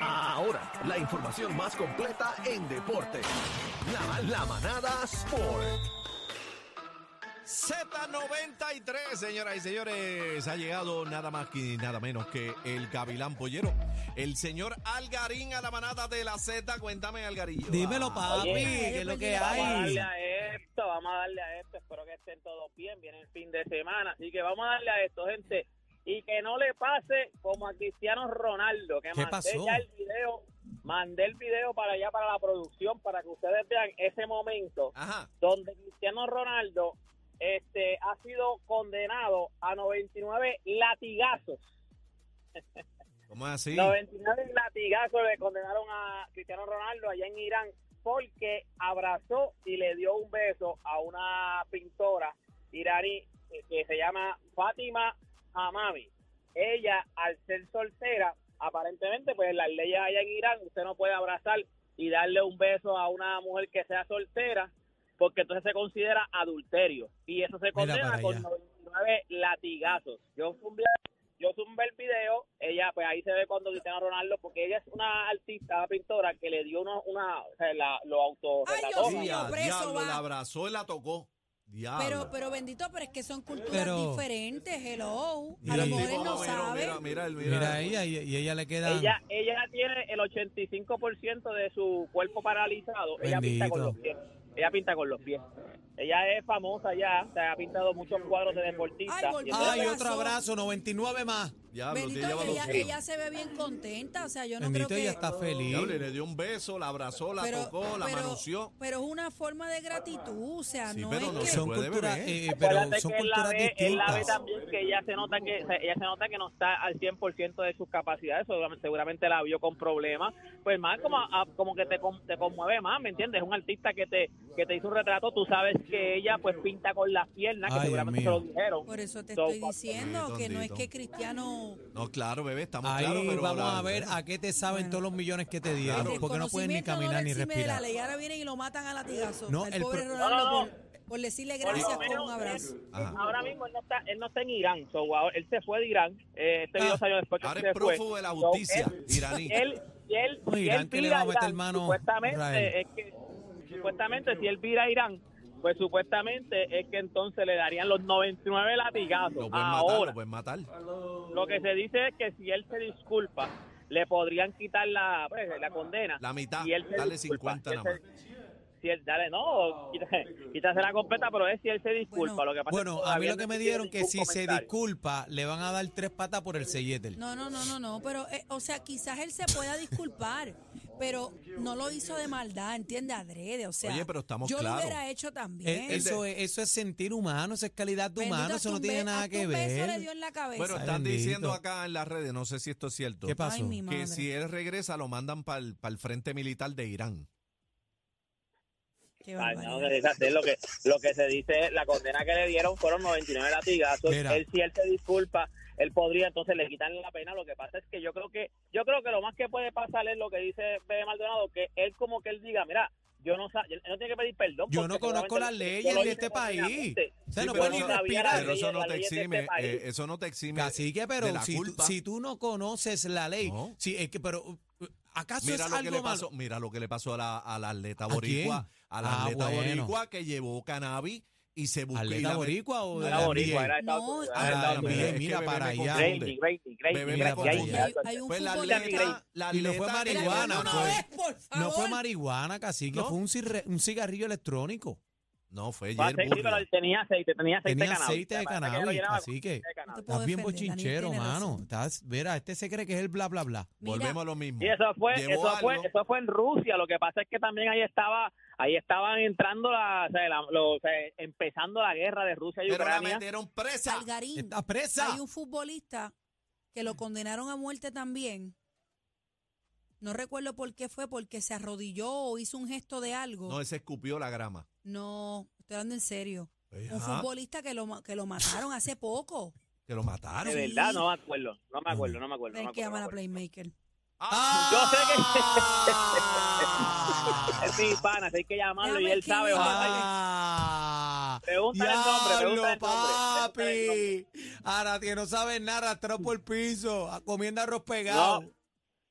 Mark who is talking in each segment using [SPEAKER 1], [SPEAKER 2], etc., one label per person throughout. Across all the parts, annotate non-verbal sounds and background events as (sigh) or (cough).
[SPEAKER 1] Ahora, la información más completa en deporte. La, la manada Sport.
[SPEAKER 2] Z93, señoras y señores, ha llegado nada más y nada menos que el Gavilán Pollero, el señor Algarín a la manada de la Z. Cuéntame, Algarillo. Ah,
[SPEAKER 3] Dímelo, papi,
[SPEAKER 4] Oye,
[SPEAKER 3] que es lo que
[SPEAKER 4] vamos a
[SPEAKER 3] hay.
[SPEAKER 4] darle a esto, vamos a darle a esto. Espero que estén todos bien. Viene el fin de semana. Así que vamos a darle a esto, gente. Y que no le pase como a Cristiano Ronaldo, que
[SPEAKER 3] ¿Qué
[SPEAKER 4] mandé
[SPEAKER 3] pasó?
[SPEAKER 4] ya el video, mandé el video para allá, para la producción, para que ustedes vean ese momento
[SPEAKER 2] Ajá.
[SPEAKER 4] donde Cristiano Ronaldo este, ha sido condenado a 99 latigazos.
[SPEAKER 2] ¿Cómo es así?
[SPEAKER 4] 99 latigazos le condenaron a Cristiano Ronaldo allá en Irán porque abrazó y le dio un beso a una pintora iraní eh, que se llama Fátima Hamami. Ella, al ser soltera, aparentemente, pues las leyes allá en Irán, usted no puede abrazar y darle un beso a una mujer que sea soltera porque entonces se considera adulterio y eso se condena
[SPEAKER 3] para
[SPEAKER 4] con
[SPEAKER 3] allá.
[SPEAKER 4] 99 latigazos. Yo zumbé, yo zumbé el video, ella pues ahí se ve cuando Cristiano Ronaldo, porque ella es una artista, una pintora que le dio uno- una, o sea, la- lo autorrelató.
[SPEAKER 5] Dios mío,
[SPEAKER 2] a
[SPEAKER 5] preso
[SPEAKER 2] diablo,
[SPEAKER 5] va.
[SPEAKER 2] la abrazó y la tocó. Diablo.
[SPEAKER 5] Pero, pero bendito, pero es que son culturas
[SPEAKER 3] Ah, Pero-
[SPEAKER 5] diferentes, hello. A
[SPEAKER 2] Mira
[SPEAKER 5] lo
[SPEAKER 2] el
[SPEAKER 5] mejor
[SPEAKER 2] tipo,
[SPEAKER 5] él no
[SPEAKER 2] mira,
[SPEAKER 5] sabe.
[SPEAKER 2] Mira, mira, él, mira.
[SPEAKER 3] Mira ella y, y ella le queda.
[SPEAKER 4] Ella, ella tiene el 85% de su cuerpo paralizado. Ella pinta con
[SPEAKER 3] Bendito.
[SPEAKER 4] los pies. Ella pinta con los pies. Ella es famosa ya, o sea, ha pintado muchos cuadros de deportistas.
[SPEAKER 5] Ay, volvió.
[SPEAKER 3] Ay,
[SPEAKER 5] Abrazo.
[SPEAKER 3] otro abrazo, 99 más.
[SPEAKER 2] Diablo, te
[SPEAKER 5] Bendito,
[SPEAKER 2] lleva
[SPEAKER 5] y
[SPEAKER 2] dos
[SPEAKER 5] ella,
[SPEAKER 2] kilos.
[SPEAKER 5] ella se ve bien contenta, o sea, yo no
[SPEAKER 3] Bendito,
[SPEAKER 5] creo que...
[SPEAKER 3] ella está feliz.
[SPEAKER 2] Diablo, y le dio un beso, la abrazó, la tocó, la manució.
[SPEAKER 5] pero es una forma de gratitud, o sea,
[SPEAKER 2] Sí,
[SPEAKER 5] no
[SPEAKER 2] pero
[SPEAKER 5] es
[SPEAKER 2] no
[SPEAKER 5] que...
[SPEAKER 2] se
[SPEAKER 3] Son
[SPEAKER 2] puede
[SPEAKER 3] culturas,
[SPEAKER 2] beber.
[SPEAKER 3] eh, pero
[SPEAKER 4] Acuérdate
[SPEAKER 3] son
[SPEAKER 4] que él la
[SPEAKER 3] culturas
[SPEAKER 4] ve, él la ve
[SPEAKER 3] distintas.
[SPEAKER 4] también que ella se nota que o sea, ella se nota que no está al 100% de sus capacidades, seguramente, seguramente la vio con problemas, pues más como a- como que te, con- te conmueve más, ¿me entiendes? Es un artista que te que te hizo un retrato, tú sabes que ella pues pinta con las piernas, que
[SPEAKER 3] Ay, Dios
[SPEAKER 4] seguramente se
[SPEAKER 3] mío.
[SPEAKER 4] lo dijeron.
[SPEAKER 5] Por eso te
[SPEAKER 4] So,
[SPEAKER 5] estoy diciendo
[SPEAKER 2] Sí,
[SPEAKER 5] que no es
[SPEAKER 2] tontito.
[SPEAKER 5] que Cristiano...
[SPEAKER 2] No, claro, bebé, estamos
[SPEAKER 3] Ahí
[SPEAKER 2] claros, pero
[SPEAKER 3] vamos
[SPEAKER 2] la-
[SPEAKER 3] a ver a qué te saben todos los millones que te dieron,
[SPEAKER 2] Claro.
[SPEAKER 3] porque no pueden ni
[SPEAKER 5] desconocimiento
[SPEAKER 3] caminar ni
[SPEAKER 5] le exime de la
[SPEAKER 3] respirar.
[SPEAKER 5] ley, ahora vienen y lo matan a latigazos.
[SPEAKER 3] No,
[SPEAKER 5] al
[SPEAKER 3] el
[SPEAKER 5] pobre
[SPEAKER 3] pro-
[SPEAKER 5] Ronaldo
[SPEAKER 4] No, no, no.
[SPEAKER 5] Por, por decirle
[SPEAKER 4] Por lo
[SPEAKER 5] gracias con
[SPEAKER 4] menos
[SPEAKER 5] un abrazo.
[SPEAKER 4] él-
[SPEAKER 2] Ajá.
[SPEAKER 4] Ahora mismo él no está, él no está en Irán, so, ahora- él se fue de Irán, eh, este video
[SPEAKER 3] Ah,
[SPEAKER 4] salió después que
[SPEAKER 2] Ahora
[SPEAKER 4] se
[SPEAKER 2] es
[SPEAKER 4] fue.
[SPEAKER 2] prófugo de la
[SPEAKER 4] So,
[SPEAKER 2] justicia
[SPEAKER 4] él-
[SPEAKER 2] iraní.
[SPEAKER 4] él, si él,
[SPEAKER 3] No,
[SPEAKER 4] si
[SPEAKER 3] Irán
[SPEAKER 4] él
[SPEAKER 3] que le
[SPEAKER 4] vira
[SPEAKER 3] va a meter
[SPEAKER 4] Irán,
[SPEAKER 3] mano,
[SPEAKER 4] supuestamente
[SPEAKER 3] Israel.
[SPEAKER 4] es que supuestamente si él vira a Irán, pues supuestamente es que entonces le darían los 99 latigazos.
[SPEAKER 2] Lo pueden matar,
[SPEAKER 4] Ahora,
[SPEAKER 2] lo pueden matar.
[SPEAKER 4] lo que se dice es que si él se disculpa, le podrían quitar la, pues, la condena.
[SPEAKER 2] La mitad,
[SPEAKER 4] Si él se
[SPEAKER 2] dale
[SPEAKER 4] disculpa,
[SPEAKER 2] 50
[SPEAKER 4] si él
[SPEAKER 2] nada más.
[SPEAKER 4] se- Si él, dale, no, quítase- quítase la completa, pero es si él se disculpa. lo
[SPEAKER 5] Bueno,
[SPEAKER 4] que pasa es que
[SPEAKER 3] Bueno, a mí
[SPEAKER 4] todavía
[SPEAKER 3] lo que
[SPEAKER 4] no
[SPEAKER 3] me
[SPEAKER 4] existe
[SPEAKER 3] dieron que
[SPEAKER 4] ningún
[SPEAKER 3] si se
[SPEAKER 4] comentario.
[SPEAKER 3] disculpa, le van a dar tres patas por el sellete.
[SPEAKER 5] No, no, no, no, no, pero, eh, o sea, quizás él se pueda disculpar, pero no lo hizo de maldad, entiende, adrede, o sea,
[SPEAKER 2] Oye, pero estamos
[SPEAKER 5] yo
[SPEAKER 2] claro.
[SPEAKER 5] lo hubiera hecho también.
[SPEAKER 3] Eh, Eso es, eso es sentir humano, eso es calidad de
[SPEAKER 5] Bendito,
[SPEAKER 3] humano,
[SPEAKER 5] hasta
[SPEAKER 3] eso no
[SPEAKER 5] un
[SPEAKER 3] tiene
[SPEAKER 5] be-
[SPEAKER 3] nada
[SPEAKER 5] hasta
[SPEAKER 3] que
[SPEAKER 5] un beso le dio
[SPEAKER 3] ver.
[SPEAKER 5] en la cabeza.
[SPEAKER 2] Bueno,
[SPEAKER 3] Ay,
[SPEAKER 2] están
[SPEAKER 3] bendito.
[SPEAKER 2] diciendo acá en las redes, no sé si esto es cierto,
[SPEAKER 3] ¿Qué
[SPEAKER 5] Ay,
[SPEAKER 3] pasó?
[SPEAKER 5] mi madre.
[SPEAKER 2] que si él regresa lo mandan para el, frente militar de Irán.
[SPEAKER 5] Qué
[SPEAKER 4] Ay, no,
[SPEAKER 5] barbaridad.
[SPEAKER 4] que esa- es lo que lo que se dice, la condena que le dieron fueron 99 latigazos.
[SPEAKER 3] Mira.
[SPEAKER 4] Él si él se disculpa, él podría entonces le quitan la pena. Lo que pasa es que yo creo que yo creo que lo más que puede pasar es lo que dice Bebe Maldonado, que él como que él diga, mira, yo no sa- él no tiene que pedir perdón.
[SPEAKER 3] Yo
[SPEAKER 4] porque
[SPEAKER 3] no conozco
[SPEAKER 4] seguramente
[SPEAKER 3] las
[SPEAKER 4] lo-
[SPEAKER 3] leyes
[SPEAKER 4] lo
[SPEAKER 3] de
[SPEAKER 4] hizo
[SPEAKER 3] este país.
[SPEAKER 4] erróneamente.
[SPEAKER 3] O sea,
[SPEAKER 2] Sí,
[SPEAKER 3] no
[SPEAKER 2] pero
[SPEAKER 3] pueden ni
[SPEAKER 4] no sabía
[SPEAKER 3] respirar.
[SPEAKER 2] Pero eso no
[SPEAKER 4] la
[SPEAKER 2] te
[SPEAKER 4] ley es de este
[SPEAKER 2] exime,
[SPEAKER 4] país.
[SPEAKER 2] eh, eso no te exime.
[SPEAKER 3] Cacique,
[SPEAKER 2] de
[SPEAKER 3] pero
[SPEAKER 2] la
[SPEAKER 3] si, tú-
[SPEAKER 2] culpa.
[SPEAKER 3] si tú no conoces la ley,
[SPEAKER 2] No.
[SPEAKER 3] si es que, pero eh, ¿acaso
[SPEAKER 2] Mira
[SPEAKER 3] es
[SPEAKER 2] lo, que le
[SPEAKER 3] algo malo?
[SPEAKER 2] pasó, mira lo que le pasó a la, a la atleta
[SPEAKER 3] ¿A
[SPEAKER 2] boricua,
[SPEAKER 3] quién?
[SPEAKER 2] a la
[SPEAKER 3] Ah,
[SPEAKER 2] atleta
[SPEAKER 3] bueno.
[SPEAKER 2] boricua que llevó cannabis y se buscó y
[SPEAKER 3] ¿Atleta
[SPEAKER 2] la-
[SPEAKER 3] boricua o
[SPEAKER 5] No,
[SPEAKER 3] de
[SPEAKER 4] Era
[SPEAKER 3] la
[SPEAKER 4] boricua,
[SPEAKER 3] NBA?
[SPEAKER 4] era de Estados
[SPEAKER 5] No,
[SPEAKER 4] Unidos,
[SPEAKER 2] Ah,
[SPEAKER 4] era de
[SPEAKER 3] Ah,
[SPEAKER 4] Estados
[SPEAKER 3] bien,
[SPEAKER 4] Unidos.
[SPEAKER 2] es que
[SPEAKER 3] mira
[SPEAKER 2] bebé
[SPEAKER 3] para
[SPEAKER 2] me
[SPEAKER 3] allá.
[SPEAKER 2] confunde.
[SPEAKER 4] Brady, Brady, Brady,
[SPEAKER 2] Bebé,
[SPEAKER 4] mira,
[SPEAKER 3] me
[SPEAKER 4] que ahí-
[SPEAKER 3] confundí.
[SPEAKER 5] Hay- hay un
[SPEAKER 2] Pues la
[SPEAKER 5] futbolista-
[SPEAKER 2] atleta, la
[SPEAKER 3] Y no
[SPEAKER 2] atleta
[SPEAKER 3] fue
[SPEAKER 2] que
[SPEAKER 5] Mira,
[SPEAKER 2] ganó
[SPEAKER 3] marihuana,
[SPEAKER 5] no,
[SPEAKER 2] una
[SPEAKER 5] no
[SPEAKER 3] fue.
[SPEAKER 2] vez.
[SPEAKER 5] es, por favor.
[SPEAKER 3] pues, No fue marihuana, cacique,
[SPEAKER 2] ¿No?
[SPEAKER 3] fue un, cirre- un cigarrillo electrónico.
[SPEAKER 2] No, fue
[SPEAKER 4] Fue
[SPEAKER 2] ayer
[SPEAKER 4] aceite, pero
[SPEAKER 2] burla.
[SPEAKER 4] tenía aceite, tenía aceite
[SPEAKER 3] Tenía
[SPEAKER 4] de cannabis.
[SPEAKER 3] aceite de
[SPEAKER 4] Lo que pasa es que
[SPEAKER 3] cannabis,
[SPEAKER 4] lo llenaba con
[SPEAKER 3] así que-
[SPEAKER 4] aceite de cannabis.
[SPEAKER 5] No te puedo
[SPEAKER 3] Estás bien
[SPEAKER 5] defender, Daniel,
[SPEAKER 3] bochinchero,
[SPEAKER 5] tiene razón.
[SPEAKER 3] mano. Estás, mira, este se cree que es el bla, bla, bla.
[SPEAKER 5] Mira,
[SPEAKER 2] Volvemos a lo mismo.
[SPEAKER 4] Y eso fue,
[SPEAKER 2] Llevó
[SPEAKER 4] eso fue,
[SPEAKER 2] algo.
[SPEAKER 4] eso fue en Rusia. Lo que pasa es que también ahí estaba, ahí estaban entrando la, o sea, la- lo- o sea, empezando la guerra de Rusia y
[SPEAKER 2] Pero la
[SPEAKER 4] Ucrania.
[SPEAKER 2] metieron presa.
[SPEAKER 5] Algarín,
[SPEAKER 3] Está presa.
[SPEAKER 5] hay un futbolista que lo condenaron a muerte también. No recuerdo por qué fue, porque se arrodilló o hizo un gesto de algo.
[SPEAKER 2] No, ese escupió la grama.
[SPEAKER 5] No, estoy hablando en serio. Un
[SPEAKER 2] Ajá,
[SPEAKER 5] futbolista que lo, ma- que lo mataron hace poco.
[SPEAKER 2] Que lo mataron.
[SPEAKER 4] De
[SPEAKER 5] Sí.
[SPEAKER 4] verdad, no me acuerdo, no me acuerdo, (laughs) no me acuerdo. no me
[SPEAKER 5] Ven que
[SPEAKER 4] acuerdo,
[SPEAKER 5] llama
[SPEAKER 4] no me
[SPEAKER 5] la
[SPEAKER 4] acuerdo.
[SPEAKER 5] Playmaker.
[SPEAKER 4] Yo sé que-
[SPEAKER 3] (laughs)
[SPEAKER 2] Ah.
[SPEAKER 4] Es mi pana, así hay que llamarlo y
[SPEAKER 5] Déjame
[SPEAKER 4] él sabe.
[SPEAKER 5] escribir.
[SPEAKER 4] ojalá.
[SPEAKER 3] Ah,
[SPEAKER 4] Pregúntale el nombre, pregúntale el nombre, pregúntale
[SPEAKER 3] papi. Ahora que no sabes nada, arrastró por el piso, a- comiendo arroz pegado.
[SPEAKER 4] No.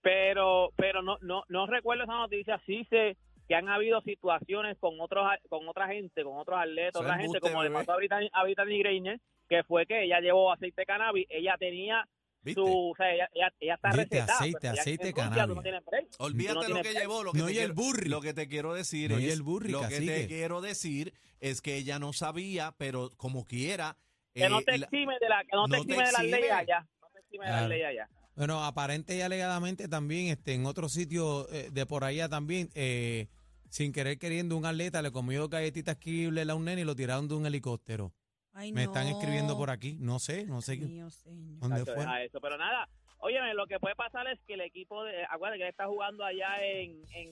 [SPEAKER 4] pero pero no no no recuerdo esa noticia sí sé que han habido situaciones con otros a- con otra gente con otros atletas
[SPEAKER 2] Eso
[SPEAKER 4] otra
[SPEAKER 2] es
[SPEAKER 4] gente
[SPEAKER 2] embuste,
[SPEAKER 4] como le
[SPEAKER 2] bebé.
[SPEAKER 4] pasó a Brittany, a Brittany Griner que fue que ella llevó aceite de cannabis ella tenía
[SPEAKER 2] ¿Viste?
[SPEAKER 4] su o sea ella, ella- ella está
[SPEAKER 3] Viste,
[SPEAKER 4] recetada
[SPEAKER 3] aceite,
[SPEAKER 4] pero ella
[SPEAKER 3] aceite de
[SPEAKER 4] en Rusia
[SPEAKER 3] cannabis.
[SPEAKER 4] tú no tienes break.
[SPEAKER 2] Olvídate
[SPEAKER 4] No
[SPEAKER 2] lo
[SPEAKER 4] tiene
[SPEAKER 2] que
[SPEAKER 4] pe-
[SPEAKER 2] llevó, lo que,
[SPEAKER 3] No,
[SPEAKER 2] te
[SPEAKER 3] y el
[SPEAKER 2] quiero,
[SPEAKER 3] burri.
[SPEAKER 2] lo que te quiero decir
[SPEAKER 3] No,
[SPEAKER 2] es
[SPEAKER 3] y el burri,
[SPEAKER 2] lo que te
[SPEAKER 3] cacique.
[SPEAKER 2] quiero decir es que ella no sabía, pero como quiera
[SPEAKER 4] que no
[SPEAKER 2] eh,
[SPEAKER 4] te
[SPEAKER 2] la-
[SPEAKER 4] exime de la que no,
[SPEAKER 2] no
[SPEAKER 4] te
[SPEAKER 2] te
[SPEAKER 4] exime de las
[SPEAKER 2] exime.
[SPEAKER 4] leyes allá no te exime de
[SPEAKER 3] Claro.
[SPEAKER 4] las leyes allá
[SPEAKER 3] Bueno, aparente y alegadamente también este, en otro sitio eh, de por allá también, eh, sin querer queriendo, un atleta le comió galletitas Kibble a un nene y lo tiraron de un helicóptero.
[SPEAKER 5] Ay,
[SPEAKER 3] Me están escribiendo por
[SPEAKER 5] no.
[SPEAKER 3] aquí, no sé, no sé qué-
[SPEAKER 5] Mío, señor.
[SPEAKER 3] dónde
[SPEAKER 4] Chacho,
[SPEAKER 3] fue.
[SPEAKER 4] deja eso. Pero nada, óyeme, lo que puede pasar es que el equipo, de, acuérdate que él está jugando allá en, en,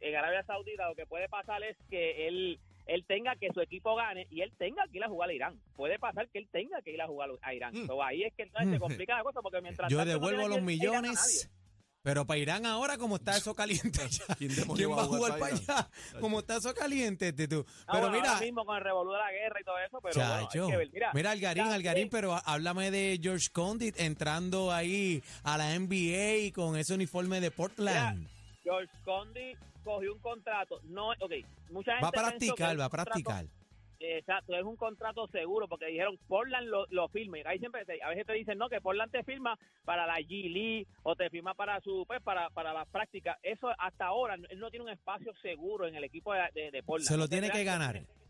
[SPEAKER 4] en Arabia Saudita, lo que puede pasar es que él, él tenga que su equipo gane y él tenga que ir a jugar a Irán. Puede pasar que él tenga que ir a jugar a Irán.
[SPEAKER 2] Mm.
[SPEAKER 4] So, ahí es que entonces
[SPEAKER 3] Mm.
[SPEAKER 4] se complica la cosa porque mientras
[SPEAKER 3] Yo
[SPEAKER 4] tanto no
[SPEAKER 3] devuelvo
[SPEAKER 4] tiene
[SPEAKER 3] los
[SPEAKER 4] que ir a nadie.
[SPEAKER 3] millones, pero para Irán ahora como está eso caliente
[SPEAKER 4] (laughs)
[SPEAKER 3] allá.
[SPEAKER 2] ¿Quién,
[SPEAKER 3] ¿Quién
[SPEAKER 2] demonios
[SPEAKER 3] va a jugar para
[SPEAKER 2] Irán?
[SPEAKER 3] allá? (laughs) Como está eso caliente, este, tú.
[SPEAKER 4] Ah,
[SPEAKER 3] Pero
[SPEAKER 4] bueno,
[SPEAKER 3] mira,
[SPEAKER 4] ahora mismo con el revolú de la guerra y todo eso, pero bueno, hay
[SPEAKER 3] Chacho.
[SPEAKER 4] que ver. Mira,
[SPEAKER 3] Mira, Algarín,
[SPEAKER 4] ya,
[SPEAKER 3] Algarín,
[SPEAKER 4] eh.
[SPEAKER 3] pero háblame de George Condit entrando ahí a la NBA con ese uniforme de Portland.
[SPEAKER 4] George Condi cogió un contrato. No, ok, mucha gente
[SPEAKER 3] va
[SPEAKER 4] pensó
[SPEAKER 3] a
[SPEAKER 4] que era
[SPEAKER 3] practicar,
[SPEAKER 4] un
[SPEAKER 3] va a
[SPEAKER 4] contrato-
[SPEAKER 3] practicar.
[SPEAKER 4] Exacto, es un contrato seguro porque dijeron Portland lo, lo firma. Y Ahí siempre te- a veces te dicen, no, que Portland te firma para la G League o te firma para su pues, para, para las prácticas. Eso hasta ahora, él no tiene un espacio seguro en el equipo de, de, de Portland.
[SPEAKER 3] Se lo
[SPEAKER 4] Entonces,
[SPEAKER 3] tiene que
[SPEAKER 4] realmente-
[SPEAKER 3] ganar.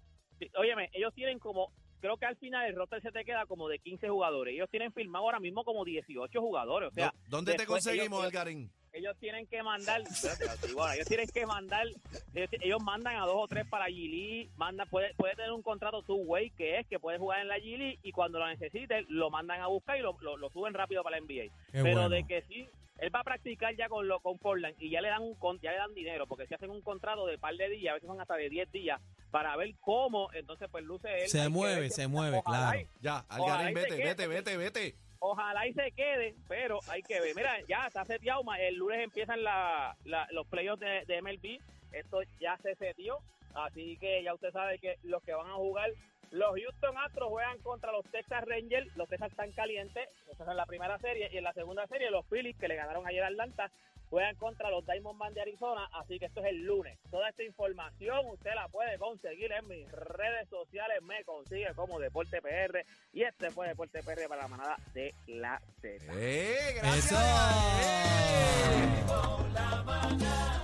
[SPEAKER 4] Sí, Óyeme, ellos tienen como, creo que al final el roster se te queda como de 15 jugadores. Ellos tienen firmado ahora mismo como 18 jugadores. O sea,
[SPEAKER 2] ¿Dó- ¿Dónde te
[SPEAKER 4] después ellos-
[SPEAKER 2] conseguimos,
[SPEAKER 4] ellos-
[SPEAKER 2] Algarín?
[SPEAKER 4] ellos tienen que mandar, espérate, la tribuna, ellos tienen que mandar, ellos, ellos mandan a dos o tres para Gili, mandan, puede, puede tener un contrato two-way que es que puede jugar en la Gili y cuando lo necesiten lo mandan a buscar y lo, lo- lo suben rápido para la NBA.
[SPEAKER 3] Qué
[SPEAKER 4] Pero
[SPEAKER 3] bueno.
[SPEAKER 4] de que sí, él va a practicar ya con lo con Portland y ya le dan un con- ya le dan dinero porque si hacen un contrato de par de días, a veces son hasta de 10 días para ver cómo, entonces pues luce él. Hay
[SPEAKER 3] se
[SPEAKER 4] que ver
[SPEAKER 3] mueve,
[SPEAKER 4] si-
[SPEAKER 3] se mueve,
[SPEAKER 4] ojalá
[SPEAKER 3] claro.
[SPEAKER 4] y-
[SPEAKER 2] Ya,
[SPEAKER 4] Ojalá
[SPEAKER 2] Algarín,
[SPEAKER 4] y se
[SPEAKER 2] vete,
[SPEAKER 4] quede,
[SPEAKER 2] vete, vete,
[SPEAKER 4] porque-
[SPEAKER 2] vete.
[SPEAKER 4] Ojalá y se quede, pero hay que ver. Mira, ya está seteado. ma- El lunes empiezan la, la- los playoffs de, de MLB. Esto ya se setió. Así que ya usted sabe que los que van a jugar, los Houston Astros juegan contra los Texas Rangers. Los Texas están calientes. Esa es la primera serie. Y en la segunda serie, los Phillies, que le ganaron ayer a Atlanta, juegan contra los Diamondbacks de Arizona. Así que esto es el lunes. Toda esta información usted la puede conseguir en mis redes sociales. Me consigue como Deporte PR. Y este fue Deporte PR para la manada de la Z.
[SPEAKER 2] ¡Eh, gracias!
[SPEAKER 3] Eso.
[SPEAKER 2] Algarín.